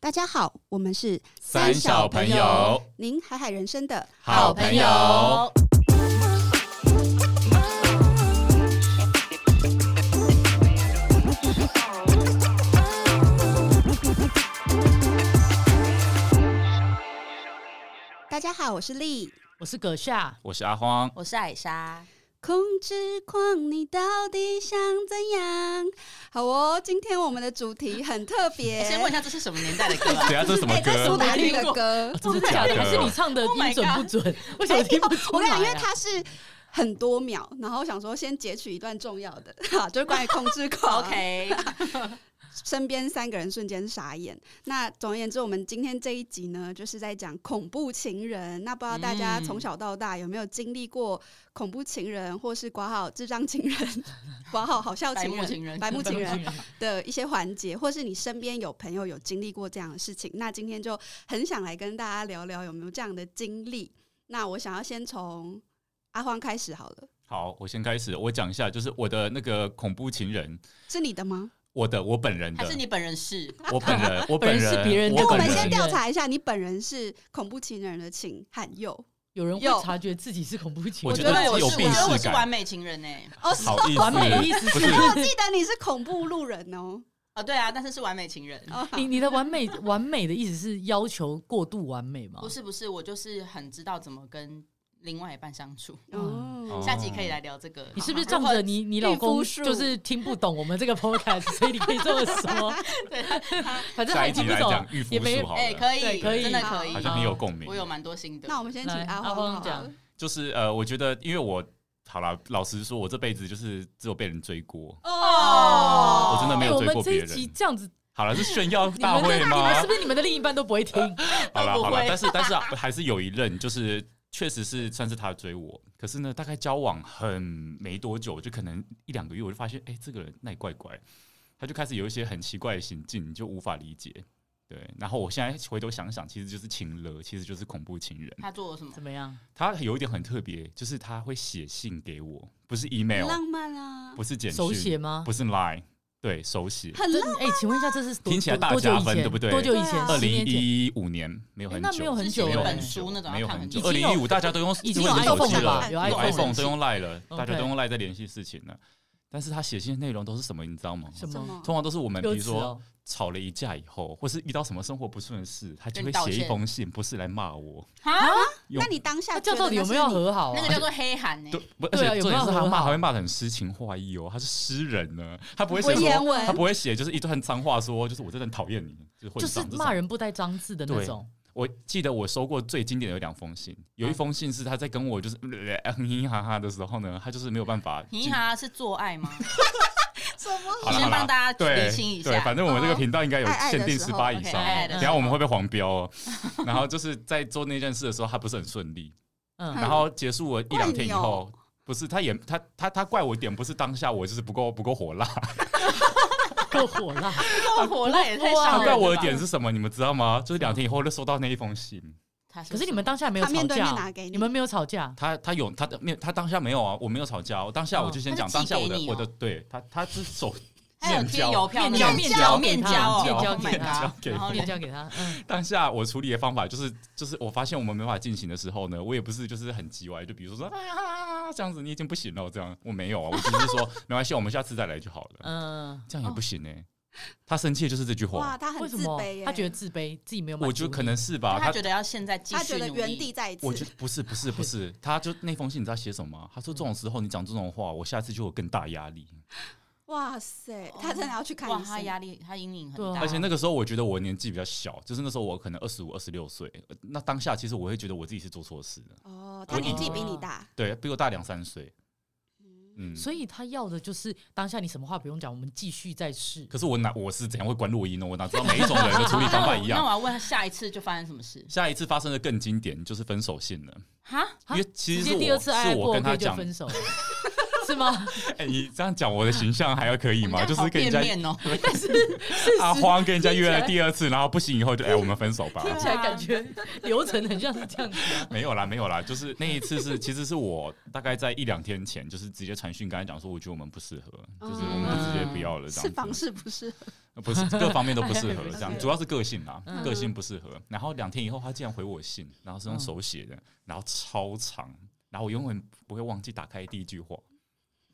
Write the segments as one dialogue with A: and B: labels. A: 大家好，我们是
B: 三小朋友，
A: 您海海人生的
B: 好朋友。
A: 大家好，我是丽。
C: 我是葛夏，
B: 我是阿荒，
D: 我是艾莎，
A: 控制狂，你到底想怎样？好哦，今天我们的主题很特别，
D: 先问一下这是什么年代的歌啊
B: 等？下这是什么
A: 哎这是苏
B: 歌？
A: 打绿的 歌。
C: 真的假的？
B: 真的假的
C: 还是你唱的
D: Oh my
C: 音准不准？为什么听不出
A: 我跟
C: 来
A: 你
C: 啊？
A: 讲，因为它是很多秒，然后想说先截取一段重要的， 哈，就是关于控制
C: 啊
A: 狂。
D: OK，
A: 身边三个人瞬间傻眼。那总而言之，我们今天这一集呢，就是在讲恐怖情人。那不知道大家
D: 嗯
A: 从小到大有没有经历过恐怖情人，或是挂号智障情 人、挂号好笑
D: 白
A: 情
D: 目
A: 人、
D: 情人
A: 白目情人
C: 人，
A: 的一些环节，或是你身边有朋友有经历过这样的事情，那今天就很想来跟大家聊聊有没有这样的经历。那我想要先从阿荒开始好了，
B: 好，我先开始，我讲一下，就是我的那个恐怖情人，
A: 是你的吗？
B: 我的我本人
D: 还
B: 的
D: 是，你本人是？
B: 我本 人，我本
C: 本人是别人的
B: 我
A: 那我
B: 本
A: 们
C: 本
A: 先
C: 人
A: 调查一下，你本人是恐怖情人的，请喊哟。
C: 有人
A: 有
C: 会察觉自己是恐怖情
B: 我
C: 人
B: 觉得
D: 觉得
B: 自
D: 我
B: 己
D: 是，
B: 有
D: 我
B: 病
D: 觉得我
B: 耻
D: 是
B: 感
D: 完美情人呢。欸
A: 哦，是
B: 好意思，
C: 完美的意思
B: 不
C: 是
B: 是
A: 我记得你是恐怖路人 哦。
D: 哦，对啊，但是是完美情人。
A: 哦，好
C: 你你的完美完美的意思是要求过度完美吗
D: 不？是不是，我就是很知道怎么跟另外一半相处。
B: 哦
A: 哦，
D: 下集可以来聊这个。
C: 你是不是
D: 好
C: 仗
D: 吗
C: 着你你老
A: 御
C: 公
A: 夫术
C: 就是听不懂我们这个 podcast，所以你可以这么说？
D: 对他
C: 反正
B: 下
C: 他
B: 一
C: 也
B: 集
C: 听不
B: 来
C: 懂
B: 讲，预
C: 也
B: 夫
C: 没哎
B: 术好
D: 哎，
B: 了，
D: 可以，
C: 对可以
D: 真的可
B: 好
D: 以。
B: 像很有共鸣
D: 我。有蛮多心得。
A: 那我们先请
C: 来
A: 阿
C: 阿
A: 荒
C: 荒
A: 好了
C: 讲。
B: 就是呃，我觉得因为我好了，老实说，我这辈子就是只有被人追过，
D: 哦
B: 我真的没
C: 哎，
B: 有
C: 我
B: 追
C: 们
B: 过
C: 这
B: 别
C: 一集
B: 人。
C: 这样子，
B: 好了，是炫耀
C: 你
B: 大
C: 们
B: 会
C: 的你
B: 吗呃
C: 们是？不是你们的另一半都不会听？
B: 好了
D: 都不
B: 好了，
D: 会
B: 但是但是啊 还是有一任，就是确实是算是他追我，可是呢，大概交往很没多久，就可能一两个月，我就发现，哎、这个人那也怪怪，他就开始有一些很奇怪的行径，你就无法理解。对，然后我现在回头想想，其实就是情勒，其实就是恐怖情人。
D: 他做了什么
C: 怎？么样？
B: 他有一点很特别，就是他会写信给我，不是 email，
A: 很浪漫啊，
B: 不是简
C: 手写
B: 讯，
C: 吗？
B: 不是 line，对手写。
A: 很
C: 这
A: 浪
C: 哎，请问一下，这是多
B: 听起来大
C: 多久
B: 加
C: 以
B: 分
C: 前
B: 对不对
C: 多久以前？
B: 二
C: 十
B: 零
C: 年前
B: 一五年没有很久，欸
C: 哎那没有很
D: 是
C: 久
D: 写
B: 没
D: 一
B: 有
C: 哎
D: 本
B: 很
D: 书那种，
B: 没有
D: 要看
B: 很久
D: 久。。
B: 二零一五大家都用
C: 已
B: 智
C: 经
B: 慧型
C: 有
B: 手机
C: iPhone 了吧
B: 了，
C: 有
D: iPhone 了
B: 都用 Line 了，
C: OK
B: 大家都用 Line 在联系事情了。但是他写信的内容都是什么，你知道吗？
C: 什
A: 什
C: 么？
A: 么？
B: 通常都是我们比
C: 歌
B: 如
C: 词
B: 说
C: 哦，
B: 吵了一架以后，或是遇到什么生活不顺的事，他就
D: 跟
B: 会
D: 你道
B: 写一
D: 歉
B: 封信，不是来骂我，
D: 啊，
B: 用
A: 那你当下
C: 那这样到底
A: 觉得
C: 有没有
A: 那是你
C: 和好啊？
D: 那个叫做黑函
B: 哦
D: 欸呢
B: 对。，不而
C: 对啊
B: 且
C: 有
B: 重
C: 没
B: 点
C: 有
B: 是
C: 很
B: 他骂
C: 好
B: 还会骂的很诗情画意哦，他是诗人呢，他不会写
A: 文言
B: 说，
A: 文
B: 他不会写就是一段脏话说，就是我真的很讨厌你，就是混
C: 就是
B: 账这种
C: 骂人不带脏字的那
B: 对
C: 种。
B: 我记得我收过最经典的有两封信，有一
D: 嗯
B: 封信是他在跟我就是呃哼哼哈哈的时候呢，他就是没有办法。
D: 你哈是做爱吗？
A: 什么？
B: 好啦
D: 先
B: 好啦
D: 帮大家
B: 对
D: 理清一下嗯
B: 对，反正我们这个频道应该有
A: 哦爱爱的
B: 限定
A: 时
B: 十
A: 候
B: 八以
D: OK，
B: 上
D: 爱爱，的
B: 等
D: 时
B: 一
D: 候
B: 下我们会被黄标哦。然后就是在做那件事的时候，他不是很顺利，
C: 嗯，
B: 然后结束我一两天以
A: 怪你
B: 后
A: 哦，
B: 不是他也他他他怪我点不是当下我就是不够不够火辣，
D: 哦
C: 够火辣，
D: 够火了也太
B: 他
D: 伤人
B: 啊怪
D: 了吧。
B: 我的点是什么？你们知道吗？就是两天以后就收到那一封信，
D: 他说什
C: 可
D: 么，
C: 是你们当下没有
A: 他面
C: 吵
A: 对面拿
C: 架，
A: 给你
C: 你们没有吵架，
B: 他他有他的没有他当下没有啊，我没有吵架哦，我当下我就先讲
D: 哦他
B: 当
D: 是寄
B: 下我
D: 给
B: 的
D: 你
B: 我
D: 哦
B: 的对他他是手
D: 还有
B: 面
D: 贴
B: 交
D: 邮票、
C: 面
B: 交
D: 面
B: 面交
D: 面
C: 给
D: 交
C: 他
D: 哦，
C: 面交
D: Oh
C: 给
D: my
C: 他
D: God，
B: 给
D: 然后
C: 面
D: 呢？
C: 交给他，嗯，
B: 当下我处理的方法就是，就是我发现我们没法进行的时候呢，我也不是就是很急歪，就比如说说啊这样子你已经不行了，这样我没有啊，我只是说没关系，我们下次再来就好了，
C: 嗯，
B: 这
D: 哦
B: 样也不行呢、他生气的就是这句
A: 哇，
B: 话，
A: 他很
C: 为什
A: 自
C: 么
A: 卑耶，
C: 他觉得自卑，自己没有满足
B: 我
C: 你？
B: 觉得可能是吧，
D: 他
B: 他
D: 觉得要现在继
A: 他
D: 续
A: 觉得
D: 努
A: 原
D: 力
A: 地，再次
B: 我，觉得不是不是不 是，他就那封信你知道写什么吗？他说这种时候你讲这种话，我下次就有更大压力，
A: 哇塞，
C: 哦
A: 他真的要去看
D: 哇，
A: 医
D: 他
A: 生。
D: 压力他阴影很
C: 对啊
D: 大，
B: 而且那个时候我觉得我年纪比较小，就是那时候我可能二十五二十六岁，呃那当下其实我会觉得我自己是做错事的，
A: 哦，他年纪比你大，
B: 对比我大两三岁，嗯，
C: 所以他要的就是当下你什么话不用讲，我们继续再试。
B: 可是我哪我是怎样会关录音呢？我哪知道每一种人的处理方法一
D: 哦那
B: 样
C: 哦
D: 我。要问他下一次就发生什么事？
B: 下一次发生的更经典就是分手信了，
D: 哈，
B: 因为其实是
C: 啊直接
B: 我
C: 第二次爱
B: 是
C: 爱
B: 我
C: 过
B: 跟他
C: 可以就
B: 讲，
C: 分手了，是吗？
B: 哎、你这样讲我的形象还要可以
D: 你
B: 吗？
D: 们
B: 就
D: 家好
B: 是跟人
D: 变
B: 家
D: 面哦，
C: 啊
B: 阿荒跟人家约
C: 听起
B: 了
C: 来
B: 第二次，然后不行以后就哎、我们分手吧。
C: 听起来感觉流程很像是这样子啊。
B: 没有啦，没有啦，就是 那一次是，其实是我大概在一两天前，就是直接传讯跟他讲说，我觉得我们不适合，就是我们就直接不要了这
A: 是
B: 样
A: 房
B: 子，呃
A: 适不适合？
B: 不是各方面都不适合
C: 哎
B: 这样，
A: OK
B: 主要是个性啦，
C: 嗯
B: 个性不适合。然后两天以后，他竟然回我信，然后是用手写的，然后超长，然后我永远不会忘记打开第一句话，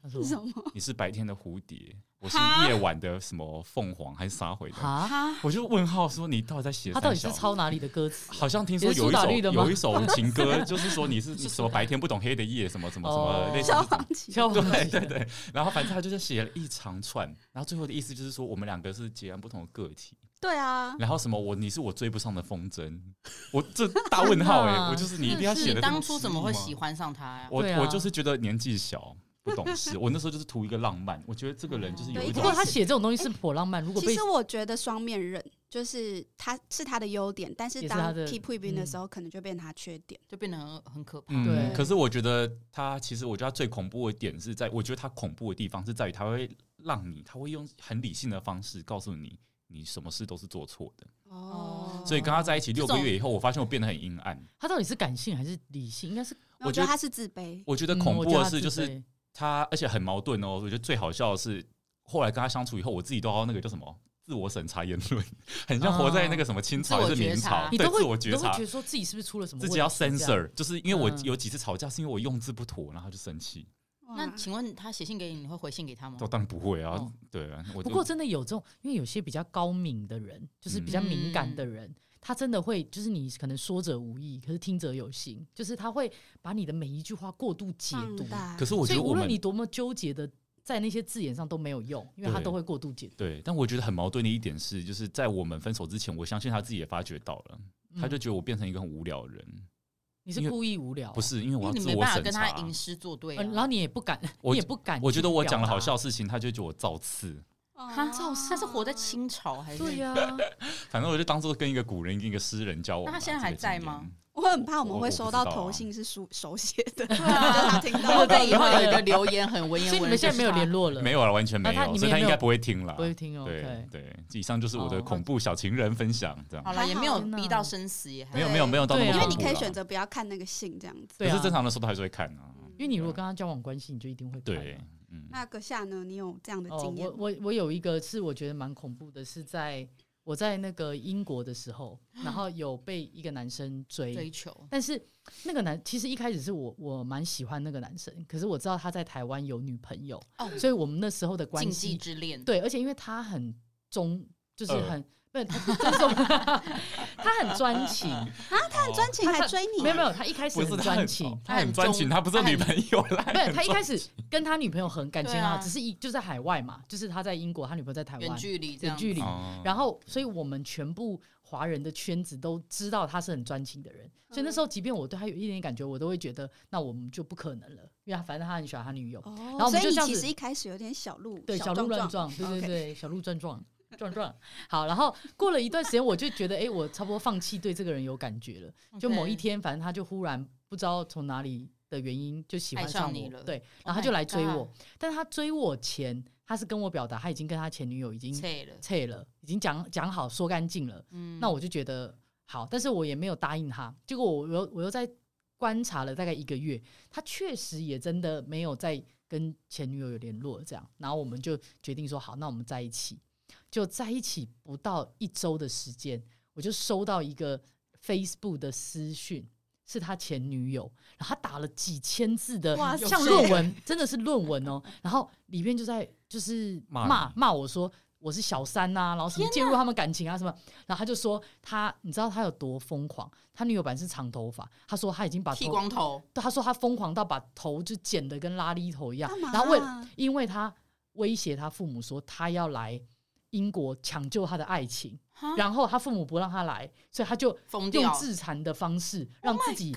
C: 他说
A: 是什么？
C: 哦
B: 你是白天的蝴蝶，我是
D: 哈
B: 夜晚的什么凤凰还是啥回的，
C: 啊，
D: 哈，
B: 我就问号说你到底在写
C: 他到
B: 三
C: 底是
B: 小？
C: 抄哪里的 歌词？
B: 好像听说
C: 也是
B: 有一
C: 苏打
B: 首
C: 绿的吗
B: 有一首情 歌，就是说你是你什么白天不懂黑的夜，什么什么什么
C: 哦
B: 类似
A: 消
B: 这种。
A: 防旗
C: 叫
B: 对对对，然后反正他就是写了一长串，然后最后的意思就是说我们两个是截然不同的个体，
A: 对啊，
B: 然后什么我你是我追不上的风筝， 我这大问 号哎、
C: 天哪
B: 我就是你一定要写
D: 是
B: 的。
D: 当初怎么会喜？欢上他呀？
B: 我、
C: 嗯对啊
B: 我就是觉得年纪小不懂事，我那时候就是图一个浪漫，我觉得这个人就是有一
A: 对
C: 不
B: 种
C: 过他写这种东西是颇浪漫，如果
A: 其
C: 被
A: 实我觉得双面人就是他是他的优点，但是
C: 也是他
A: 当
C: 的
A: keep win 的
C: 嗯
A: 时候，可能就变成他缺点。
D: 就变得很很可怕。
B: 嗯，
C: 对
B: 可是我觉得他其实，我觉得他最恐怖的点是在，我觉得他恐怖的地方是在于他会让你，他会用很理性的方式告诉你，你什么事都是做错的。
A: 哦，
B: 所以跟他在一起六个
D: 这种
B: 月以后，我发现我变得很阴暗。
C: 他到底是感性还是理性？应该是
A: 那我
B: 我
A: 觉
B: 觉
A: 得
B: 得
A: 他是自卑，
B: 我觉得
C: 嗯
B: 恐
C: 我
B: 怖
C: 觉
B: 的
C: 得他
B: 事就是
C: 对
B: 他，而且很矛盾哦。我觉得最好笑的是，后来跟他相处以后，我自己都要那个叫什么自我审查言论， 很像活在那个什么清朝
D: 自
B: 还
D: 我
B: 是明
D: 觉察
B: 朝，
C: 你
B: 对
C: 都会
B: 自我
C: 你
B: 觉
C: 都会
B: 察
C: 哦觉得，说自己是不是出了什么
B: 自
C: 问题？
B: 己要
C: 这样
B: censor，就是因为我
C: 嗯
B: 有几次吵架是因为我用字不妥，然后就生气。
A: 哇
D: 那请问他写信给你，你会回信给他吗
B: 我？当然不会啊，
C: 哦
B: 对啊，我
C: 不
B: 就
C: 过真的有这种，因为有些比较高敏的人，就是
B: 嗯
C: 比较敏感的人，他真的会，就是你可能说者无意，可是听者有心，就是他会把你的每一句话过度解
A: 放
C: 读。
A: 大
B: 可是我觉
C: 所
B: 得
C: 以
B: 我
C: 无
B: 们
C: 论你多么纠结的在那些字眼上都没有用，因为他
B: 对
C: 都会过度解读。
B: 对，但我觉得很矛盾的一点是，就是在我们分手之前，我相信他自己也发觉到了，他就
C: 嗯哦
B: 觉得我变成一个很无聊的人，
C: 你
B: 因
C: 是
B: 为
C: 故意无聊，啊
B: 不？是因为
D: 因
B: 我
D: 为
B: 要
D: 你
B: 自
D: 没
B: 我
D: 办法
B: 审
D: 跟
B: 查
D: 他。吟诗作对啊。
C: 呃，然后你也不敢，
B: 我
C: 你也不敢。
B: 我觉得我讲了好笑，事情，他就觉得我造次。
D: 他
A: 哦
D: 这他是活在清朝还是？
C: 对 呀、
B: 反正我就当做跟一个古人、跟一个诗人交往吧。
D: 那他现在
B: 这
D: 还
B: 个
D: 在
B: 经验
D: 吗？
A: 我很怕我们
B: 我
A: 会
B: 我
A: 收
B: 不
A: 到
B: 知道
A: 头
B: 啊
A: 信是手手写的，
D: 对啊
A: 听
D: 会
A: 到
D: 不会以后有一个留言很文言
C: 所以
D: 文？
C: 你们现在没有联，络了，
B: 没有了，完全没
C: 那他
B: 有，
C: 你
B: 所以他
C: 们也没
B: 应该
C: 有
B: 不会听了
C: 不。会听哦。
B: 对
C: OK，
B: 对，以上就是我的
C: 哦
B: 恐怖小情人分享，这
D: 好
B: 样。
D: 了，也没有
A: 还好
C: 天哪
D: 逼到生死，也还
B: 没有没有没有到那
C: 对
B: 么
C: 啊
A: 因
B: 恐
A: 为
B: 怖
A: 你可以
B: 啦
A: 选，择不要看那个信这样子。
C: 对
B: 可
C: 啊
B: 是正常的时候都还是会看啊。
A: 嗯
C: 因为你如果跟他交往关系，你就一定会看
B: 对
C: 啊。，
B: 嗯，
A: 那阁下呢？你有这样的
C: 哦
A: 经，验
C: 我
A: 吗？
C: 我我有一个是我觉得蛮恐怖的，是在我在那个英国的时候，然后有被一个男生
D: 追求。
C: 但是那个男其实一开始是我我蛮喜欢那个男生，可是我知道他在台湾有女朋友，
D: 哦
C: 所以我们那时候的关
D: 禁忌
C: 系
D: 之恋，
C: 对，而且因为他很忠，就是
B: 呃
C: 很、不不，就是说 他很专情，
B: 他很
A: 专情还追你？
C: 没有没有，他一开始
B: 不是
C: 很
B: 他
C: 专
B: 很哦
C: 情，
B: 他很专情，他不是女朋友啦。
C: 没有，他
B: 很
C: 一
B: 专
C: 开始跟他女朋友很感情很好，
D: 对啊
C: 只是一就在海外嘛，就是他在英国，他女朋友在台
D: 远
C: 湾，
D: 距离
C: 啊远
D: 这样
C: 距离。
B: 哦
C: 然后，所以我们全部华人的圈子都知道他是很专情的人，所以那时候即便我对他有一点点感觉，我都会觉得那我们就不可能了，因为他反正他很喜欢他女友，
A: 哦，
C: 然后我们
A: 所
C: 就
A: 以你
C: 这样
A: 其
C: 子
A: 实一开始有点小鹿
C: 对，小鹿乱
A: 撞，
C: 撞，对对
A: OK
C: 对，小鹿撞撞撞撞。好，然后过了一段时间，我就觉得，哎、我差不多放弃对这个人有感觉了。
D: 离，
C: 就某一天，反正他就忽然不知道从哪里的原因就喜欢
D: 爱
C: 上
D: 上你
C: 我，
D: 了
C: 对，
D: OK，
C: 然后他就来追
D: Oh my
C: 我。但他追我前，他是跟我表达他已经跟他前女友已经
D: God，脆了，
C: 撤了，已经讲讲好说干净了。
D: 嗯
C: 那我就觉得好，但是我也没有答应他。结果我又我又在观察了大概一个月，他确实也真的没有再跟前女友有联络，这样，然后我们就决定说好，那我们在一起。就在一起不到一周的时间，我就收到一个 Facebook 的私讯，是他前女友，然后他打了几千字的
A: 哇
C: 像
A: 塞
C: 论文，真的是论文哦。然后里面就在就是
B: 骂
C: 骂
B: 你
C: 骂我说我是小三呐、然后什么介入他们感情啊什么。然后他就说他，你知道他有多疯狂？他女友本来是长头发，他说他已经把
D: 剃
C: 头，
D: 光头，
C: 对他说他疯狂到把头就剪得跟拉力头一样
A: 干嘛啊，
C: 然后为了因为他威胁他父母说他要来英国抢救他的爱情，
D: 哈
C: 然后他父母不让他来，所以他就
D: 疯
C: 用
D: 掉，，Oh
C: 自残的方式让自己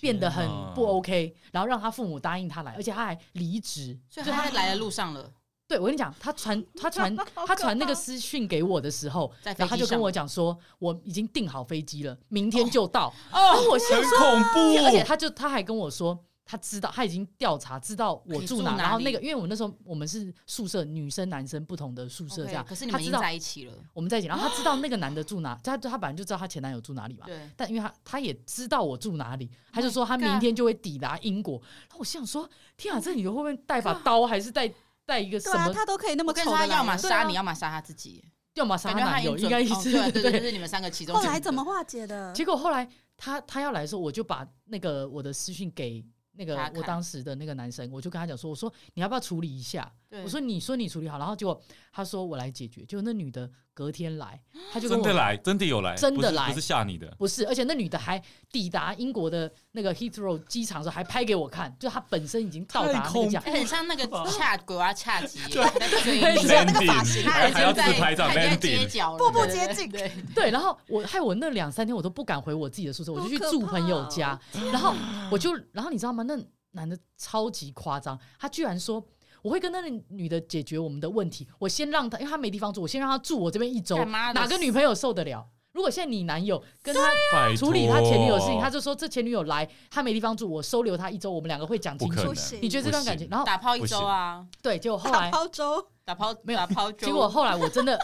C: 变得很不 OK，然后让他父母答应他来，而且他还离职，
D: 所以
C: 就
D: 他在来的路上了，
C: 对我跟你讲，他传他传 他传那个私讯给我的时候，
D: 在飞
C: 然后他
D: 机
C: 就跟
D: 上
C: 我讲说我已经订好飞机了，明天就到。
D: 哦，
C: 我
B: 很恐
C: 而且
B: 怖，
C: 他就他还跟我说，他知道他已经调查知道我
D: 你
C: 住
D: 住
C: 哪，
D: 哪
C: 然后那
D: 里
C: 个因为我那时候我们是宿舍，女生男生不同的宿舍这样
D: OK，可是你
C: 他
D: 们已
C: 知
D: 经
C: 道
D: 在一起了，
C: 我们在一起，然后他知道那个男的住哪，他他本来就知道他前男友住哪里嘛，
D: 对，
C: 但因为他他也知道我住哪里，他就
D: my
C: 说他明
D: God
C: 天就会抵达英国。然后我心想说，天啊，这女的会不会带把刀，还是带带一个什
A: 对啊，
C: 么？
A: 他都可以那么
D: 我跟
A: 丑
D: 你
A: 的
D: 说，
A: 来
D: 他
A: 了，
D: 要么
C: 对
D: 杀
C: 啊
D: 你，要么杀他自己，
C: 要么杀
D: 感觉他
C: 男
D: 已
C: 友，
D: 经
C: 应
D: 准
C: 该
D: 哦
C: 是
D: 对对对，就是你们三个其中
A: 后
D: 选
A: 来
D: 择
A: 怎么化解的？
C: 结果后来他他要来的时候，我就把那个我的私讯给那个
D: 他看
C: 我当时的那个男生，我就跟他讲说，我说你要不要处理一下？
D: 对
C: 我说你说你处理好，然后结果他说我来解决。结果那女的隔天来，他就跟
B: 真
C: 我
B: 的来，真的有来，
C: 真的
B: 不是
C: 来
B: 不是吓你的。
C: 不是，而且那女的还抵达英国的那个 Heathrow 机场的时候还拍给我看，就她本身已经到达
B: 太
C: 那
B: 恐
C: 个
B: 怖
C: 家
D: 哎，很像那个恰鬼娃恰吉，
B: 对
D: 那个追
C: 对
D: 你
A: 只有那个发型
B: Landing，
A: 啊
B: 还还要自
D: 在
B: 拍照
D: 还在街
B: landing，
D: 角了，
A: 步步
D: 对
A: 接
D: 对
A: 近
D: 对，
C: 对，然后我害我那两三天我都不敢回我自己的宿舍，我就去住朋友家，
D: 哦
C: 然后我就，然后你知道吗？那男的超级夸张，他居然说。我会跟那个女的解决我们的问题。我先让她，因为她没地方住，我先让她住我这边一周。
D: 干妈的
C: 哪个女朋友受得了？如果现在你男友跟他
B: 拜托
C: 处理他前女友的事 情，他就说这前女友来，他没地方住，我收留他一周，我们两个会讲清
B: 不可
C: 楚
A: 不
B: 能。
A: 行，
C: 你觉得这段感情？
B: 不行
C: 然后
D: 打炮一
B: 不行
D: 周啊，
C: 对，结果后
A: 打
C: 来，
A: 泡粥？
D: 打炮
C: 没有
D: 打炮周，
C: 结果后来我真的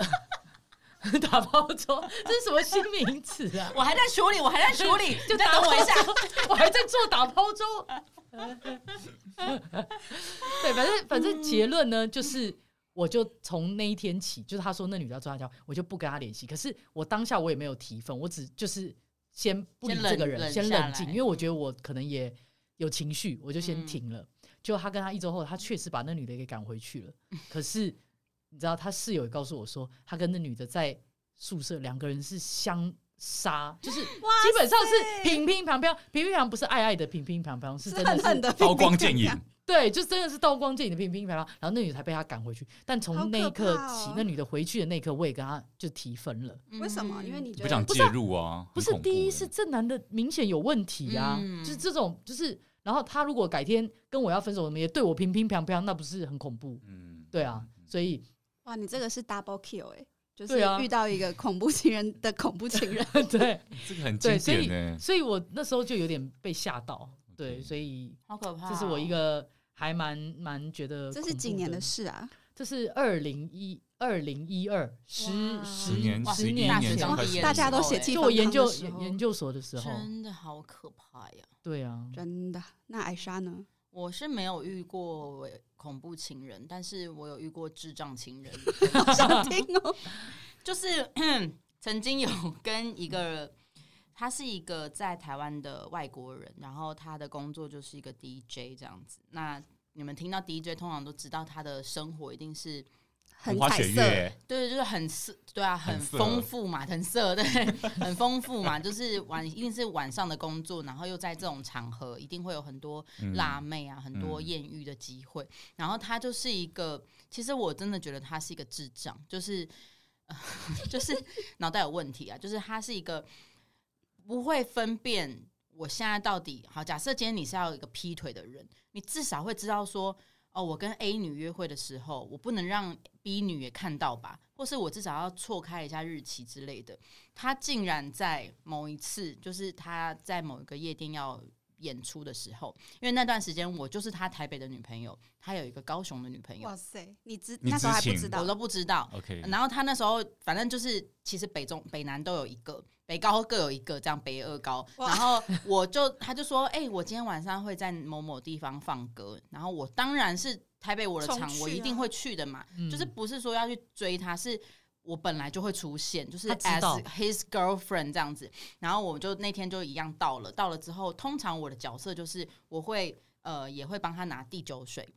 C: 打包桌，这是什么新名词啊？
D: 我还在处理，我还在处理，
C: 就
D: 你再
C: 打
D: 等 我一下。
C: 包粥，我还在做打包粥。对，反正反
D: 嗯
C: 正结论呢，就是我就从那一天起，就是他说那女的要抓他交，我就不跟他联系。可是我当下我也没有提分，我只就是先不理
D: 先冷
C: 这个人，
D: 冷
C: 先
D: 下
C: 冷静，
D: 来
C: 因为我觉得我可能也有情绪，我就先
D: 嗯
C: 停了。就他跟他一周后，他确实把那女的给赶回去 了。可是你知道，他室友也告诉我说，他跟那女的在宿舍两个人是相杀，就是
A: 哇
C: 基本上是
A: 塞
C: 平平平平平平常不是爱爱的平平平平，是真的
A: 恨恨
C: 是
A: 的
B: 刀 光 剑影，
C: 对，就真的是刀光剑影的平平平平。然后那女的才被他赶回去，但
A: 好
C: 从
A: 可
C: 那一刻
A: 怕
C: 起
A: 哦，
C: 那女的回去的那一刻，我也跟他就提分了。
A: 为什么？因为你觉得
B: 不想介入啊，
C: 不
B: 很
C: 是
B: 恐怖
C: 第一
B: 耶
C: 是这男的明显有问题啊，
D: 嗯
C: 就是这种就是，然后他如果改天跟我要分手，什么也对我平平平平，那不是很恐怖？
B: 嗯
C: 对啊，所以
A: 哇，你这个是 double kill 哎、就是
C: 对啊
A: 遇到一个恐怖情人的恐怖情 人，
C: 对，
B: 这个很
C: 对
B: 经
C: 所以
B: 典呢。
C: 所以我那时候就有点被吓到，对，
B: OK
C: 所以
D: 好可怕哦、
C: 这是我一个还蛮蛮觉得，
A: 这是几年的，事啊？
C: 这是二零一二零一二十
A: 哇
C: 十
B: 年
D: 哇
B: 十一
C: 大
B: 年
C: 学
B: 前
C: 刚
B: 开
D: 毕
B: 始
D: 业的
A: 大家都写
B: 欸
D: 时
A: 记分
C: 就我
D: 候
C: 研
A: 堂的
C: 究
A: 时候
C: 研究所的时候，
D: 真的好可怕呀！
C: 对啊，
A: 真的？那艾莎 呢？
D: 我是没有遇过恐怖情人，但是我有遇过智障情人，
A: 想听哦，
D: 就是 曾经有 跟一个，他是一个在台湾的外国人，然后他的工作就是一个 DJ 这样子。那你们听到 DJ，通常都知道他的生活一定是
A: 很
B: 花
A: 彩
B: 雪
A: 色，
B: 月，
D: 对，就是很色，对啊，很
B: 很色
D: 丰富嘛，很色，对，很丰富嘛，就是晚一定是晚上的工作，然后又在这种场合，一定会有很多
B: 嗯
D: 辣妹啊，很多
B: 嗯
D: 艳遇的机会。然后他就是一个，其实我真的觉得他是一个智障，就是、 呃就是脑袋有问题啊，就是他是一个不会分辨我现在到底好。假设今天你是要有一个劈腿的人，你至少会知道说，哦，我跟 A 女约会的时候，我不能让 B 女也看到吧，或是我至少要错开一下日期之类的。他竟然在某一次，就是他在某一个夜店要演出的时候，因为那段时间我就是他台北的女朋友，他有一个高雄的女朋友
A: 哇，塞，你知
B: 你
A: 那时候还不
B: 知情
A: 知
D: 我
A: 道，
D: 都不知道。
B: OK，
D: 然后他那时候反正就是，其实北中北南都有一个，北高各有一个，这样北二高。
A: 哇
D: 然后我就他就说，哎、我今天晚上会在某某地方放歌，然后我当然是台北我的
A: 重
D: 场
A: 去，啊
D: 我一定会去的嘛，
C: 嗯
D: 就是不是说要去追他，是。我本来就会出现，就是
C: 他知
D: as
C: 道
D: his girlfriend 这样子，然后我就那天就一样到了，到了之后，通常我的角色就是我会呃也会帮他拿第九水，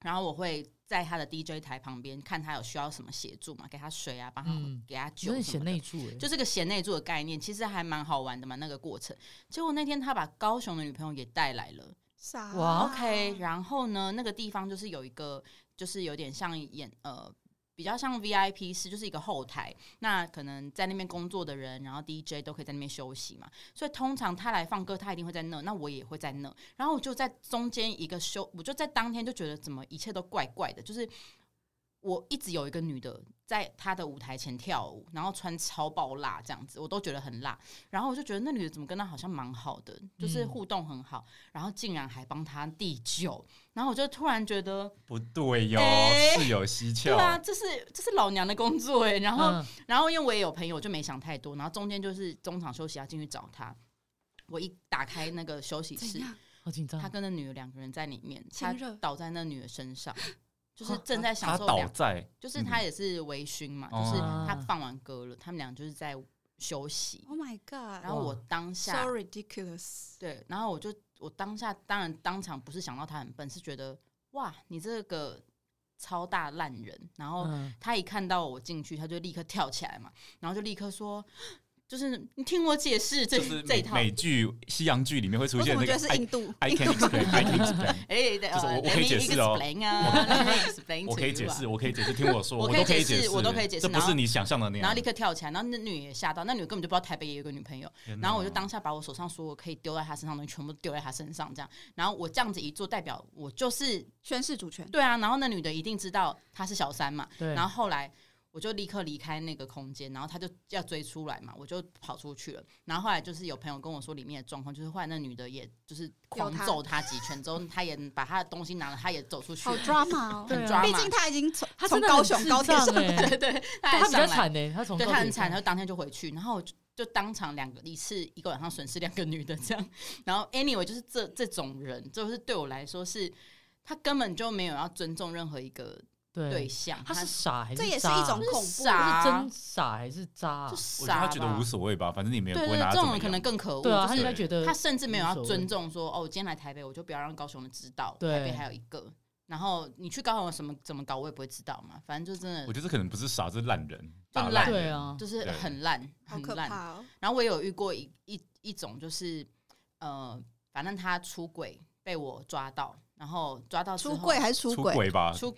D: 然后我会在他的 DJ 台旁边看他有需要什么协助嘛，给他水啊，帮他、
C: 嗯
D: 给他
C: 有
D: 酒
C: 点
D: 什
C: 贤
D: 么
C: 内
D: 的。
C: 助哎，
D: 就是个贤内助的概念，其实还蛮好玩的嘛。那个过程，结果那天他把高雄的女朋友也带来了，
A: 傻啊
C: 哇
D: OK，然后呢，那个地方就是有一个，就是有点像演呃，比较像 VIP 室，就是一个后台。那可能在那边工作的人，然后 DJ 都可以在那边休息嘛。所以通常他来放歌，他一定会在那，那我也会在那。然后我就在中间一个休，我就在当天就觉得怎么一切都怪怪的，就是我一直有一个女的在她的舞台前跳舞，然后穿超爆辣这样子，我都觉得很辣。然后我就觉得那女的怎么跟她好像蛮好的，就是
C: 嗯
D: 互动很好，然后竟然还帮她递酒，然后我就突然觉得，
B: 不对哟，
D: 哎
B: 是有蹊
D: 对啊，
B: 跷。
D: 这是这是老娘的工作哎、然后
C: 嗯
D: 然后因为我也有朋友，我就没想太多。然后中间就是中场休息，要进去找他。我一打开那个休息
A: 怎
D: 室，
A: 样？
C: 好紧张
D: 他，跟那女的两个人在里面，
A: 亲
D: 他
A: 热
D: 倒在那女的身上，就是正在享
B: 他
D: 受
B: 倒
D: 两，
B: 在
D: 就是他也是微醺嘛，
B: 嗯
D: 就是
C: 哦
D: 他放完歌了，他们俩就是在休息。
A: Oh my god！
D: 然后我
C: 哇
D: 当
A: so
D: 下
A: ridiculous。
D: 对，然后我就我当下当然当场不是想到他很笨，是觉得哇，你这个超大烂人，然后
C: 嗯，
D: 他一看到我进去，他就立刻跳起来嘛，然后就立刻说，就是你听我解释这、
B: 就是
D: 这一
B: 美
D: 套。
B: 美剧、西洋剧里面会出
A: 我怎
B: 现
A: 么
B: 那
A: 觉
B: 个
A: 得是
B: I
A: 印度？
B: I
A: 印
B: can
A: 度
B: explain, I can explain，
D: 哎、对，
B: 就是我
D: 呃
B: 我可以
D: let me
B: 解释哦
D: explain 啊 let me explain
B: 我可以
D: to
B: 解
D: you 啊
B: 释，我可以解释，听我说，
D: 我
B: 我
D: 可以
B: 都可以
D: 解释
B: 释，
D: 我都可以解释
B: 这不
D: 然后
B: 是你想象
C: 啊
B: 的那
D: 然后
B: 样
D: 立。刻跳起来，然后那女也吓到，那女根本就不知道台北也有个女朋友，
C: 嗯
B: 天哪
D: 然后我就当下把我手上所有可以丢在她身上的东西全部丢在她身上，这样，然后我这样子一做，代表我就是
A: 宣誓 主权。
D: 对啊，然后那女的一定知道她是小三嘛，
C: 对，
D: 然
C: 后
D: 后后来我就立刻离开那个空间，然后他就要追出来嘛，我就跑出去了。然后后来就是有朋友跟我说里面的状况，就是后来那女的也就是狂
C: 啊
A: 她
D: 揍他几拳之后，他也把他的东西拿了，他也走出去
A: 好
D: 了，
A: drama 哦！
D: 很
C: 对啊
D: 抓
A: 毕
D: 马。
A: 竟他已经从
C: 他
A: 从
C: 真的
A: 高
C: 很
A: 雄
C: 智
A: 高铁
C: 障
A: 上
C: 欸
D: 对对，他还
C: 他比较
D: 上来，
C: 惨呢，他从
D: 对
C: 高
D: 他很
C: 铁
D: 惨，
C: 上
D: 他就当天就回去，然后我就。就当场两个一次一个晚上损失两个女的这样，然后 anyway 就是这这种人，就是对我来说是，他根本就没有要尊重任何一个对
C: 对，
D: 象，
C: 他是傻还是
A: 这也是
C: 渣啊
A: 一种
D: 就是
A: 恐怖啊
D: 傻
C: 他是真傻还是渣啊
D: 啊就？
B: 我觉得
D: 傻
B: 他
D: 吧，
B: 觉得无所谓吧，反正你们也
D: 对
B: 不
D: 对
B: 会拿他
D: 对，这
B: 怎
D: 种
B: 么
D: 人可能
B: 样。
D: 更可恶。
C: 对啊，
D: 就
C: 他
D: 是
C: 应该觉得
D: 他甚至没有要
C: 无所谓
D: 尊重说，哦，我今天来台北，我就不要让高雄人知道我
C: 对
D: 台北还有一个。然后你去高雄有什么怎么搞，我也不会知道嘛。反正就真
B: 我
D: 的
B: 觉得这可能不是傻，这是烂人，
D: 就
B: 大
D: 烂
B: 人
C: 对啊
D: 就是
B: 对
D: 很烂，
A: 好
D: 很
A: 可
D: 烂。
A: 怕哦！
D: 然后我也有遇过一一一种，就是呃，反正他出轨被我抓到，然后抓到之后
A: 出柜还是出
B: 出
A: 轨？
B: 轨吧，
D: 出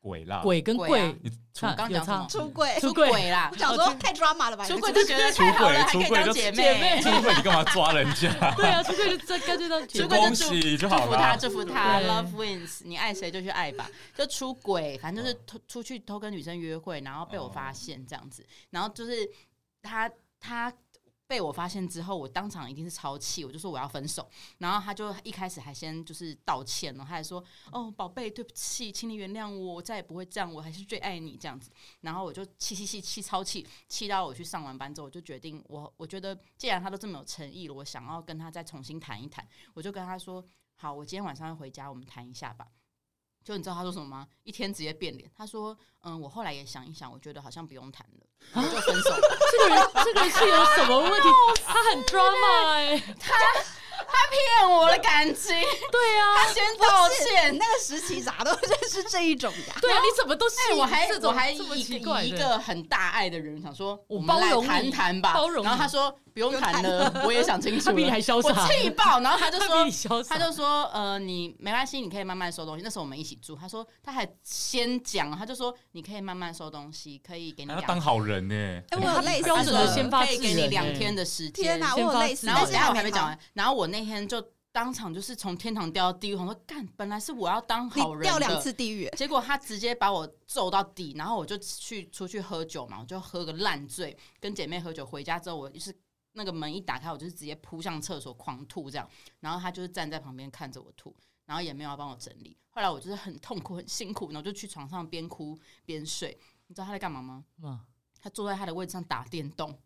B: 轨啦，
C: 鬼跟
D: 鬼啊
C: 贵
B: 你
C: 差
D: 刚
C: 有
D: 讲什
C: 差
D: 么，
A: 出轨！
C: 出
D: 出
C: 轨
D: 轨啦
A: 我，想说太 drama 了吧？
D: 出
A: 你
D: 轨
A: 这
D: 就
A: 个
D: 觉得太好了，还
B: 出
D: 可
B: 轨出轨就
D: 以当姐
C: 姐妹
B: 出轨你干嘛抓人家？
C: 对啊，出柜就这干脆当
D: 出
C: 姐
D: 轨
C: 妹
B: 恭喜就
D: 祝
B: 好
D: 福他，
B: 了。
D: 祝福他
C: 对
D: ，Love wins。你爱谁就去爱吧，就出轨，反正就是偷出去偷跟女生约会，然后被我发现这样子，然后就是他他被我发现之后，我当场一定是超气，我就说我要分手，然后他就一开始还先就是道歉哦，他还说哦宝贝对不起，请你原谅我，我再也不会这样，我还是最爱你这样子，然后我就气气气气超气，气到我去上完班之后，我就决定我我觉得既然他都这么有诚意了，我想要跟他再重新谈一谈，我就跟他说好，我今天晚上要回家，我们谈一下吧。就你知道他说什么吗？一天直接变脸。他说：“嗯，我后来也想一想，我觉得好像不用谈了，我就分 手吧。
C: 这个人这个人是有什么问 题？他很
D: 欸
C: drama 哎，
D: 骗我的感情，
C: 对 啊，
D: 他先道
A: 你
D: 歉。
A: 那个时期咋都 认识这一种呀？
C: 对啊，你怎么都信
D: 哎，我还
C: 这种
D: 我还以
C: 这么
D: 一
C: 奇
D: 个
C: 怪
D: 以一
C: 的
D: 个很大爱的人想说，
C: 我
D: 们
C: 包
D: 来
C: 容你
D: 谈谈吧，
C: 包容
D: 然后他
C: 你
D: 说不用谈了，我也想清楚
C: 他
D: 了，
C: 比你还潇洒
D: 我气爆。然后他 就
C: 他
D: 说
C: 比你，潇洒，
D: 他就说，呃，你没关系，你可以慢慢收东西。那时候我们一起住，他说他还先讲，他就说你可以慢慢收东西，可以给你
B: 他
D: 两
B: 啊当好人呢，
A: 哎，我有类似
C: 标准的
A: 的
C: 先发
D: 可以给
C: 制
D: 你
C: 人
D: 两
C: 欸
D: 天的时间。
A: 天哪，我
C: 先
A: 有
C: 发
A: 类似，
D: 然后
A: 但
D: 等
A: 是
D: 一下我还
A: 还
D: 没
A: 没
D: 讲
A: 好
D: 完，，然后我那天就当场就是从天堂掉到地狱，我说干，本来是我要当好
A: 你
D: 人
A: 掉两
D: 的。
A: 次地狱，
D: 结果他直接把我揍到底，然后我就去出去喝酒嘛，我就喝个烂醉，跟姐妹喝酒。回家之后，我就是那个门一打开，我就是直接扑向厕所狂吐这样。然后他就是站在旁边看着我吐，然后也没有要帮我整理。后来我就是很痛苦、很辛苦，然后就去床上边哭边睡。你知道他在干嘛吗？
C: 嗯
D: 他坐在他的位置上打电动。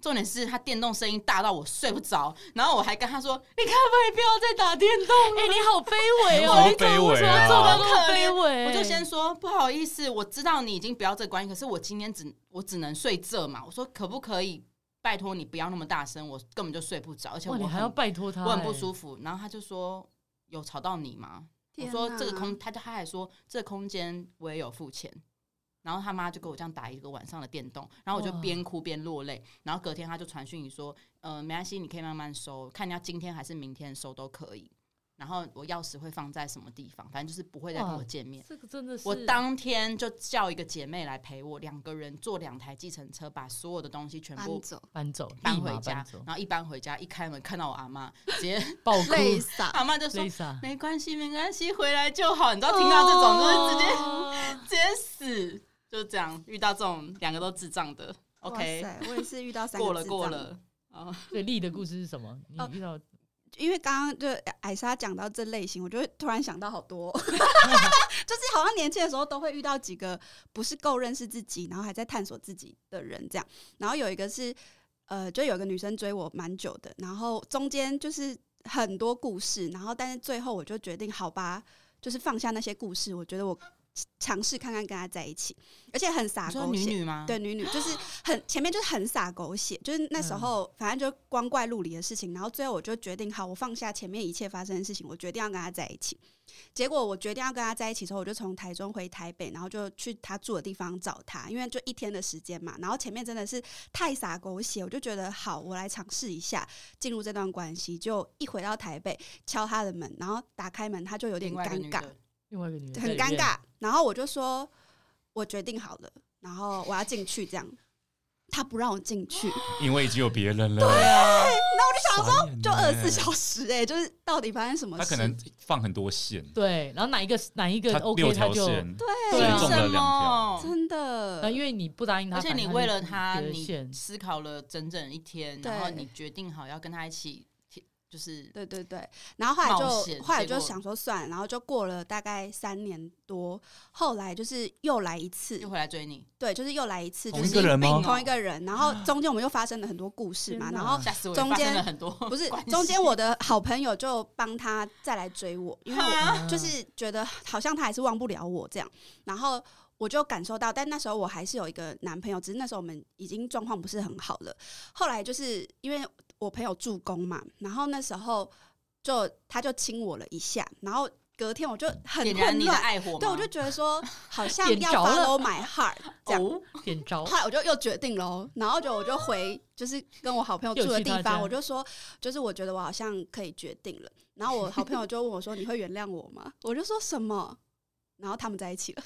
D: 重点是他电动声音大到我睡不着，然后我还跟他说：“你可不可以不要再打电动了
C: 哎，你好卑微
B: 好
C: 哦，你怎么为
B: 卑微
C: 什么
B: 啊
C: 要做到那
D: 好
C: 么
D: 可怜
C: 卑微？
D: 我就先说不好意思，我知道你已经不要这个关系，可是我今天只我只能睡这嘛。我说可不可以拜托你不要那么大声，我根本就睡不着，而且我
C: 哇，你
D: 很
C: 还要拜托他，哎
D: 我很不
C: 服。
D: 舒服。然后他就说有吵到你吗？我
A: 天
D: 说
A: 哪
D: 这个空，他就他还说这个空间我也有付钱。然后他妈就给我这样打一个晚上的电动，然后我就
C: 哇
D: 边哭边落泪。然后隔天他就传讯你说，呃，没关系，你可以慢慢收，看你要今天还是明天收都可以。然后我钥匙会放在什么地方，反正就是不会再跟
C: 哇
D: 我见面。
C: 这个真的是
D: 我当天就叫一个姐妹来陪我，两个人坐两台计程车，把所有的东西 全
A: 搬
D: 部
A: 走，
C: 搬走，
D: 搬
C: 立马
D: 回家
C: 搬走。
D: 然后一搬回家，一开门看到我阿妈，直接
C: 爆
A: 累
C: 哭，
A: 傻。
D: 阿妈就 说
C: 累傻，
D: 没关系，没关系，回来就好。你知道听到这种就是直接、
C: 接
D: 直接死，就这样遇到这种两个都智障的
A: 哇
D: ，OK，
A: 塞 我也是遇到三个
D: 过了
A: 智障
D: 过了。哦，
C: 对丽的故事是什么？你
A: 哦
C: 遇到
A: 因为刚刚就艾莎讲到这类型，我就会突然想到好多 哦，就是好像年轻的时候都会遇到几个不是够认识自己，然后还在探索自己的人这样。然后有一个是，呃，就有一个女生追我蛮久的，然后中间就是很多故事，然后但是最后我就决定，好吧，就是放下那些故事，我觉得我尝试看看跟她在一起，而且很洒
D: 你说
A: 啊狗
D: 女
A: 血。
D: 女吗？
A: 对，女女 就是很前面就是很洒狗血，就是那
D: 嗯
A: 时候反正就光怪陆离的事情，然后最后我就决定好，我放下前面一切发生的事情，我决定要跟他在一起。结果我决定要跟他在一起之后，我就从台中回台北，然后就去他住的地方找他，因为就一天的时间嘛。然后前面真的是太洒狗血，我就觉得好，我来尝试一下进入这段关系。就一回到台北，敲他的门，然后打开门，他就有点
D: 另外一个
A: 尴
D: 女
A: 尬，
D: 的
C: 另外一个女人在
A: 很
C: 里
A: 尴
C: 面，
A: 尬。然后我就说，我决定好了，然后我要进去这样。他不让我进去，
B: 因为已经有别人了。对啊，那我就想说，
A: 就二十四小时哎、就是到底发生什么事？
B: 他可能放很多线，
C: 对，然后哪一个哪一个
B: 他
C: OK
B: 六
C: 他
B: 条
C: 就，
B: 线，
A: 对，
C: 对啊呃
B: 中了两条
D: 为什么
A: 真的，
C: 那因为你不答应他，
D: 而且
C: 反
D: 你
C: 正
D: 为了
C: 就
D: 他，
C: 别的
D: 你
C: 线
D: 思考了整整一天，
A: 对
D: 然后你决定好要跟他一起，就是
A: 对对对，然后后来
D: 冒
A: 就
D: 险
A: 后来
D: 结
A: 就
D: 果
A: 想说算了，然后就过了大概三年多，后来就是又来一次
D: 又，回来追你，
A: 对，就是又来一次，就
B: 同一
A: 是
B: 个人吗
D: 病哦
A: 同一个人，然后中间我们又发生了很多故事嘛，
C: 天哪
A: 然后
D: 哦吓死我！
A: 中
D: 发生
A: 间
D: 了很多
A: 不是
D: 关系
A: 中间我的好朋友就帮他再来追 我，因为我
C: 啊
A: 就是觉得好像他还是忘不了我这样，然后我就感受到，但那时候我还是有一个男朋友，只是那时候我们已经状况不是很好了。后来就是因为我朋友助攻嘛，然后那时候就他就亲我了一下，然后隔天我就很
D: 点燃
A: 混
D: 你的
A: 乱，
D: 爱火吗，
A: 对我就觉得说好像
C: 点
A: 要
C: 着了
A: follow my heart 这样。
D: 哦
C: 点 着，
A: 后来我就又决定喽，然后就我就回就是跟我好朋友住的
C: 又
A: 地
C: 去他家
A: 方，我就说就是我觉得我好像可以决定了。然后我好朋友就问我说：“你会原谅我吗？”我就说什么，然后他们在一起了。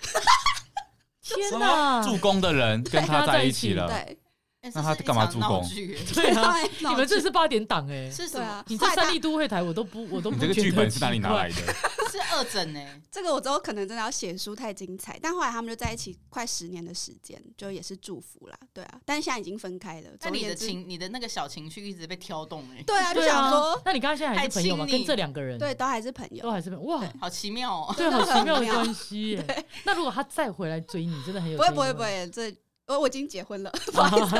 C: 天哪！
B: 助攻的人跟他在一起了。
A: 对，
D: 哎
B: 那他
D: 这是一
B: 干嘛
D: 场
B: 助攻
D: 闹剧耶
C: 啊 对啊，
A: 你
C: 你们这是八点档哎，
D: 是什
A: 对
D: 么
A: 啊？，
C: 你
A: 后
C: 这
A: 来
C: 三
A: 他
C: 立都会台我都 不我都不
B: 你这个
C: 觉
B: 剧
C: 得
B: 本是哪里
C: 奇
B: 拿来
C: 怪
B: 的？
D: 是欸二诊呢？
A: 这个我之后可能真的要写书太精彩，但后来他们就在一起快十年的时间，就也是祝福啦，对啊，但现在已经分开了。总
D: 但
A: 而
D: 你的
A: 言之，
D: 情，你的那个小情绪一直被挑动哎，
A: 对啊，就
C: 对啊
A: 想说，
C: 那你刚刚现在还是朋友吗？
D: 还亲
C: 跟
D: 你
C: 这两个人，
A: 对，都还是朋
C: 都
A: 友，
C: 还是朋友哇，
D: 好奇妙哦。
C: 对，好
A: 真的
C: 奇
A: 很
C: 妙的
A: 妙
C: 关系耶。那如果他再回来追你，真的很有
A: 不会不会
C: 争议
A: 不
C: 吗，
A: 会，这我我已经结婚 了，不好意思，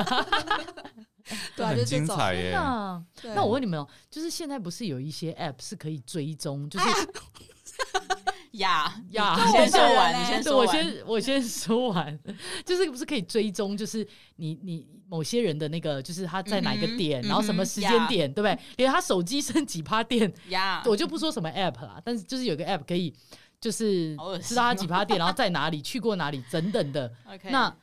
A: 对啊，就
B: 很
A: 是这
B: 精
A: 种。
B: 彩
C: 真
B: 耶
C: 的！啊。
A: 对
C: 那我问你们哦，就是现在不是有一些 app 是可以追踪，
A: 哎
C: 就是
D: 呀
C: 呀
D: 你先说
A: 对
D: 完，你
A: 对
D: 先
C: 对，
D: 说
C: 我
D: 完。
C: 先我先说完，就是不是可以追踪，就是你你某些人的那个，就是他在哪一
D: 嗯
C: 个
D: 哼
C: 点，
D: 嗯哼
C: 然后什么时间
D: 呀
C: 点，对不对？连他手机剩几趴电，
D: 呀，
C: 我就不说什么 app 啦，但是就是有个 app 可以，就是
D: 好恶心
C: 知道他
D: 哦
C: 几趴电，然后在哪里，去过哪里等等 的。
D: OK，
C: 那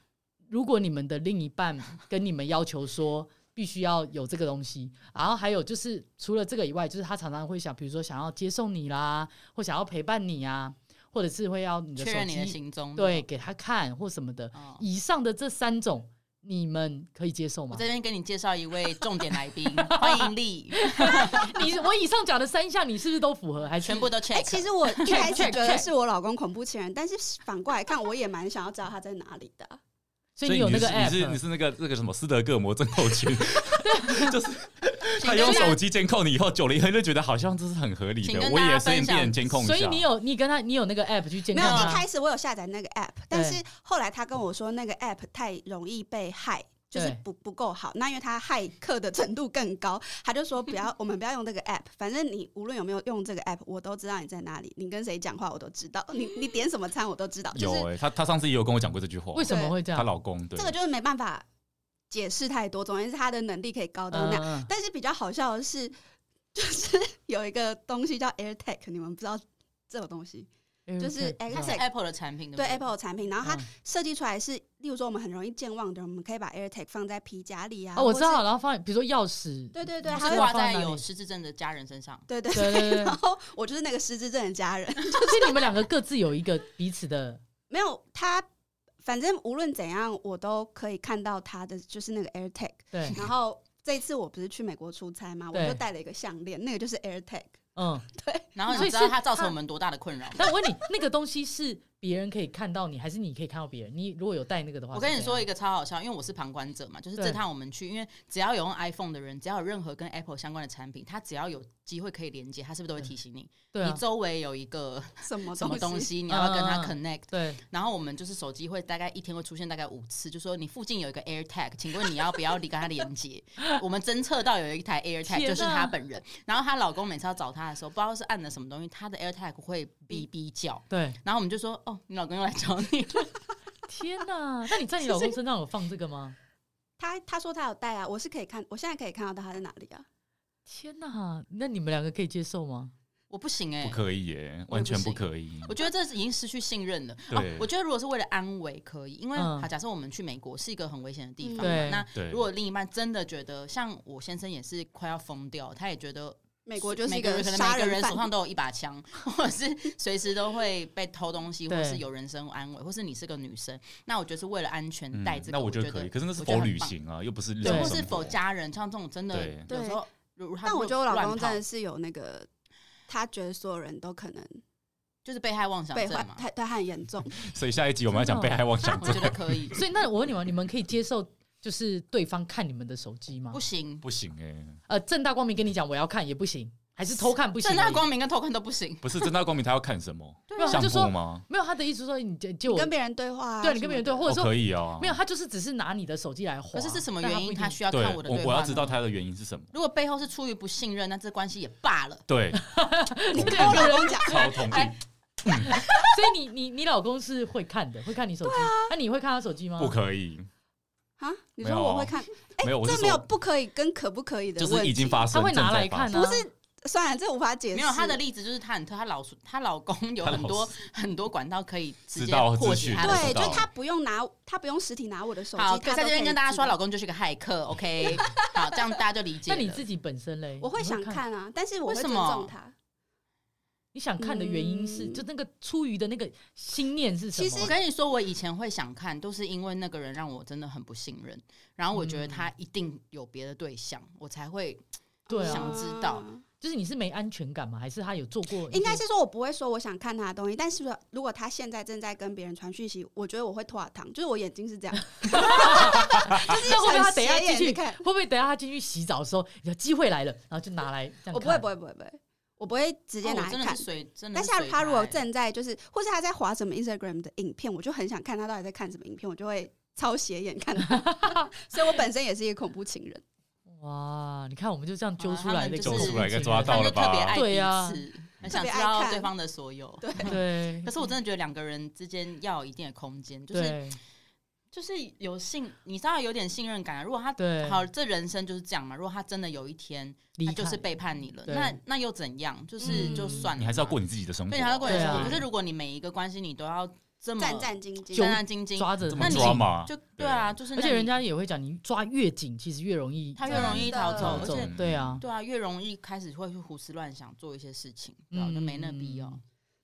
C: 如果你们的另一半跟你们要求说必须要有这个东西，然后还有就是除了这个以外，就是他常常会想，比如说想要接送你啦，或想要陪伴你啊，或者是会要你的
D: 确
C: 手
D: 认你的
C: 机
D: 行踪。
C: 对给他看或什么的。
D: 哦，
C: 以上的这三种，你们可以接受
D: 我
C: 吗
D: 这？边给你介绍一位重点来宾，欢迎丽，
C: 你我以上讲的三项，你是不是都符合？还是
D: 全部都
A: 哎、
D: check。
A: 其实 我一开
C: Check,
A: 始
C: check,
A: 觉得
C: check
A: 是我老公恐怖情人，但是反过来看，我也蛮想要知道他在哪里的啊。
C: 所以你有那
B: 你
C: 个
B: 是你是你
C: app，
B: 是那个那个什么斯德哥尔摩症候群， 就是他
D: 请
B: 用
D: 跟大
B: 手机监控你以后，久了以后就觉得好像这是很合理
D: 请
B: 的，
D: 跟
B: 我
D: 大
B: 也
D: 家
B: 顺
D: 分享
B: 便监控一下。
C: 所以你有你跟他你有那个 app 去监
A: 没
C: 控
A: 有，
C: 他
A: 一开始我有下载那个 app，但是后来他跟我说那个 app 太容易被害。就是
C: 对
A: 不不够好，那因为他骇客的程度更高，他就说不 要，我们不要用这个 app。反正你无论有没有用这个 app，我都知道你在哪里，你跟谁讲话我都知道，你你点什么餐我都知道。就是
B: 有哎，他他上次也有跟我讲过这句话
C: 为，什么会这
B: 她
C: 样？
B: 老公对
A: 这个就是没办法解释太多，总而言之他的能力可以高到那样。
C: 嗯
A: 但是 比较好笑的是，就是有一个东西叫 AirTag，你们不知道这种东西？就是
D: 它是
A: Exact
D: Apple 的产品，
A: 对
D: 不
A: Apple 的产品，然后它
C: 嗯
A: 设计出来是，例如说我们很容易健忘的，我们可以把 AirTag 放在皮夹里啊，
C: 哦，我
A: 或
C: 知
A: 是
C: 道，，然后放比如说钥匙，
A: 对对对，
D: 它
A: 还
D: 是
A: 有
D: 挂在
C: 放哪
D: 有
C: 里
D: 失智症的家人身上。
A: 对对
C: 对对对
A: 然后我就是那个失智症的家人，
C: 所以你们两个各自有一个彼此的
A: 没有他，反正无论怎样，我都可以看到他的就是那个 AirTag，
C: 对，
A: 然后。这一次我不是去美国出差嘛，我
C: 对
A: 就带了一个项链，那个就是 AirTag，
C: 嗯。
D: 然后
C: 所以
D: 你知道
C: 是
D: 它造成
C: 它
D: 我们多大的困扰吗？
C: 但我问你，那个东西是别人可以看到你，还是你可以看到别人？你如果有带那个的话，
D: 我跟你
C: 是怎
D: 说
C: 样，
D: 一个超好笑，因为我是旁观者嘛，就是
C: 对
D: 这趟我们去，因为只要有用 iPhone 的人，只要有任何跟 Apple 相关的产品，它只要有机会可以连接，它是不是都会提醒你？
C: 对
D: 你
C: 啊，哦
D: 周围有一个
A: 什么
D: 什么东
A: 东？
D: 西，你要不要跟它
C: 嗯
D: connect？
C: 对，
D: 然后我们就是手机会大概一天会出现大概五次，就说你附近有一个 AirTag，请问你要不要跟它连 接？我们侦测到有一台 AirTag
C: 天哪
D: 就是她本人，然后她老公每次要找她的时候，不知道是按了什么东西，她的 AirTag 会哔哔叫，
C: 对，
D: 然后我们就说哦，你老公又来找你 了。
C: 天 哪！那你在你老公身上有放这个吗？
A: 他他说他有带啊，我是可以看，我现在可以看到他在哪里啊。
C: 天哪！那你们两个可以接受吗？
D: 我不行哎、
B: 不可以耶，
D: 我也
B: 完
D: 不
B: 全不
D: 行
B: 可以。
D: 我觉得这已经失去信任了。哦
B: 对，
D: 我觉得如果是为了安危可以，因为、
C: 嗯
D: 好，假设我们去美国是一个很危险的地方嘛，
C: 对
D: 那
B: 对，
D: 如果另一半真的觉得，像我先生也是快要疯掉，他也觉得
A: 美国就是一
D: 每个
A: 个
D: 人可能
A: 杀
D: 每个人
A: 犯
D: 手，上都有一把枪，或者是随时都会被偷东西，或
C: 对
D: 者是有人身安危，或是你是个女生，那我觉得是为了安全
B: 嗯
D: 带这个，
B: 那
D: 我
B: 觉
D: 觉
B: 得可以，可是那是
D: 我觉得
B: 否
D: 很
B: 旅
D: 棒
B: 行啊，又不是日
C: 对
B: 常
D: 对，或
B: 生
D: 是
B: 活
D: 否家人，像这种真的
B: 对
D: 有时候，如果他
A: 但我觉得我老公真
D: 乱
A: 的
D: 跑
A: 是有那个，他觉得所有人都可能
D: 就是被害妄想
A: 被
D: 症
A: 坏，
D: 嘛，
A: 他他很严重。
B: 所以下一集我们要讲
C: 真
B: 被
C: 的哦
B: 害妄想
D: 我
B: 症
D: 觉，得可以，
C: 所以那我问你们，你们可以接受就是对方看你们的手机吗
D: 不？行，
B: 不行哎，
C: 呃，正大光明跟你讲我要看也不行，还是偷看不行而
D: 正
C: 已？
D: 大光明跟偷看都不行，
B: 不是正大光明他要看什么？
D: 对
C: 没有
D: 啊
C: 他
B: 相
C: 就
B: 簿
C: 说
B: 吗？
C: 没有他的意思说你借借
A: 你
C: 我
A: 跟，别人对话、啊，
C: 对你跟别人对，或
B: 我
C: 者说
B: 可以啊，
C: 没有，他就是只是拿你的手机来划。
D: 可是是什么
C: 但他
D: 原
C: 不
D: 因
C: 一定
D: 他需要
B: 对
D: 看我的
B: 我
D: 对
B: 我
D: 话
B: 要
D: 呢
B: 知道他的原因是什么。
D: 如果背后是出于不信任，那这关系也罢了。
B: 对，
A: 你跟我老公讲，
B: 超同意，
D: 哎
C: 所以你你你老公是会看的，会看你手机。那、你会看他手机吗？
B: 不可以，
A: 啊，你
B: 没
A: 说
B: 有
A: 我会看，哎、
B: 没有我是
A: 这没有
B: 说
A: 不可以跟可不可以的
B: 就
A: 问题，
B: 是已经发生，
C: 他会拿
B: 正在
C: 来
B: 发
C: 看
B: 生
C: 啊。
A: 不是算了，这无法解释。
D: 没有他的例子就是他很特，他老她老 公有
B: 她老
D: 很多
B: 公
D: 很多管道可以直
B: 知
D: 接
B: 道
D: 获
B: 资
D: 取
B: 讯
D: 他的
A: 对，就
B: 知道
A: 是他不用拿，他不用实体拿我的手机，
D: 好，
A: 他
D: 在这边跟大家说，老
A: 了，
D: 公就是个骇客，OK？好， 这样大家就理解
C: 那
D: 了。
C: 你自己本身嘞？
A: 我会
C: 你
A: 想
C: 看。
A: 看啊，但是我会
D: 为什
A: 尊
D: 么
A: 重他。
C: 你想看的原因是，
A: 嗯
C: 就那个出于的那个心念是什么？
A: 其
D: 我
A: 实
D: 跟你说，我以前会想看，都是因为那个人让我真的很不信任，然后我觉得他
A: 嗯
D: 一定有别的对象，我才会
C: 对啊，
D: 想知道
A: 嗯
C: 就是你是没安全感吗？还是他有做过一些？
A: 应该是说我不会说我想看他的东西，但是说如果他现在正在跟别人传讯息，我觉得我会拖堂，就是我眼睛是这样，就是
C: 那会不会
A: 很
C: 他等
A: 斜
C: 一下进
A: 眼
C: 去
A: 去？看。
C: 会不会等一下他进去洗澡的时候，有机会来了，然后就拿来这样看？
A: 我不会，不会，不会，不会，我不会直
D: 直
A: 接拿来
D: 哦真
A: 看
D: 的是。水，真的
A: 但
D: 是
A: 是
D: 随他。
A: 他如果正在就是，或是他在划什么 Instagram 的影片，我就很想看他到底在看什么影片，我就会超斜眼看他。 所以我本身也是一个恐怖情人。
C: 哇！你看，我们就这样揪
D: 啊
C: 出来
D: 他们
C: 的，
D: 就是揪出
B: 来给抓到
D: 他
B: 了
D: 就
B: 吧
D: 特别爱
C: 对啊
D: 彼此，很想
A: 特别
D: 知
A: 爱
D: 道
A: 看
D: 对方的所有。
A: 对，
C: 对，
D: 可是我真的觉得两个人之间要有一定的空间，就是
C: 对
D: 就是有信，你知道有点信任感啊。如果他
C: 对
D: 好，这人生就是这样嘛。如果他真的有一天
C: 离
D: 他
C: 开
D: 就是背叛你了，
C: 对
D: 那那又怎样？就是、
C: 嗯
D: 就算了嘛，
B: 你还是要过你自己的生活，
D: 对，你还要过你的生活。
C: 对啊
D: 可是如果你每一个关系你都要这么
A: 战战兢兢，
D: 战战兢兢，
C: 抓着
B: 这
C: 那
B: 么
D: 你
B: 抓嘛？
D: 就对
B: 对
D: 啊，就是
C: 而
D: 那
C: 且
D: 你
C: 人家也会讲，你抓越紧，其实越容易
D: 他越容易逃走，
C: 逃
D: 而
C: 走
D: 且。
C: 对啊，
D: 对啊，越容易开始会去胡思乱想，做一些事情，对啊，就没那必要。
C: 嗯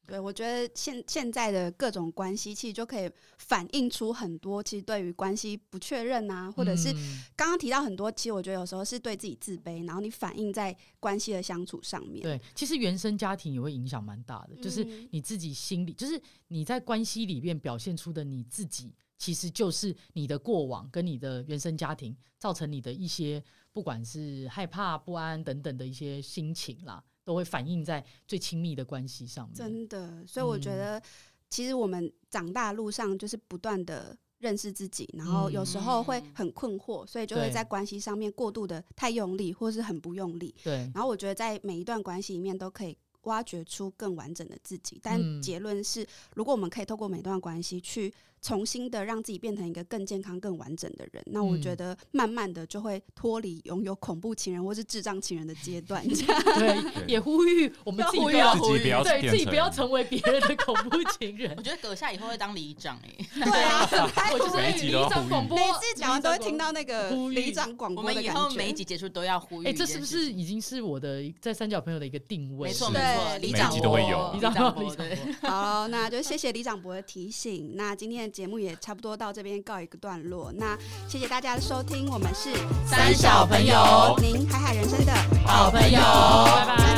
A: 对，我觉得现现在的各种关系，其实就可以反映出很多，其实对于关系不确认啊，或者是
C: 嗯
A: 刚刚提到很多，其实我觉得有时候是对自己自卑，然后你反映在关系的相处上面。
C: 对，其实原生家庭也会影响蛮大的，
A: 嗯，
C: 就是你自己心里，就是你在关系里面表现出的你自己，其实就是你的过往跟你的原生家庭造成你的一些，不管是害怕、不安等等的一些心情啦，都会反映在最亲密的关系上面。
A: 真的，所以我
C: 嗯
A: 觉得其实我们长大路上就是不断的。认识自己，然后有时候会
D: 嗯
A: 很困惑，所以就会
C: 对
A: 在关系上面过度的太用力，或是很不用力。
C: 对，
A: 然后我觉得在每一段关系里面都可以挖掘出更完整的自己，但
C: 嗯
A: 结论是，如果我们可以透过每段关系去重新的让自己变成一个更健康、更完整的人。那我
C: 嗯
A: 觉得慢慢的就会脱离拥有恐怖情人或是智障情人的阶段。这样
C: 对，
B: 对
C: 也呼吁我们
D: 要
C: 自己
D: 呼
C: 不
D: 吁
C: 要
D: 要呼
B: 自己不要
C: 对
B: 变
C: 自己不要
B: 成
C: 成为别人的恐怖情人
D: 我。觉得阁下以后会当里长哎、
A: 对啊，很开
C: 我
A: 心
C: 就是
B: 每一集都
C: 里
B: 要
C: 长
B: 呼吁
C: 广播，
A: 每次讲完都会听到那
C: 里
A: 个里
C: 长广播
A: 长 广
D: 我
A: 播
D: 们
A: 的
D: 以
A: 感
D: 后每一
A: 觉。
D: 集结束都要呼吁
C: 哎、
D: 一
C: 这
D: 件事
C: 是
D: 情。
C: 不是已经是我的一在三角朋友的一个定位？
D: 没错
B: 是
D: 没错，
A: 对
D: 里
B: 每一
D: 长
B: 集都会有
D: 播
C: 李
D: 里
C: 长
D: 长
C: 波，
D: 播
C: 李长
D: 对。
C: 波，
A: 好，那就谢谢李长博的提醒。那今天的节目也差不多到这边告一个段落。那谢谢大家的收听，我们是
D: 三小朋友
A: 您海海人生的
C: 好朋友，拜拜。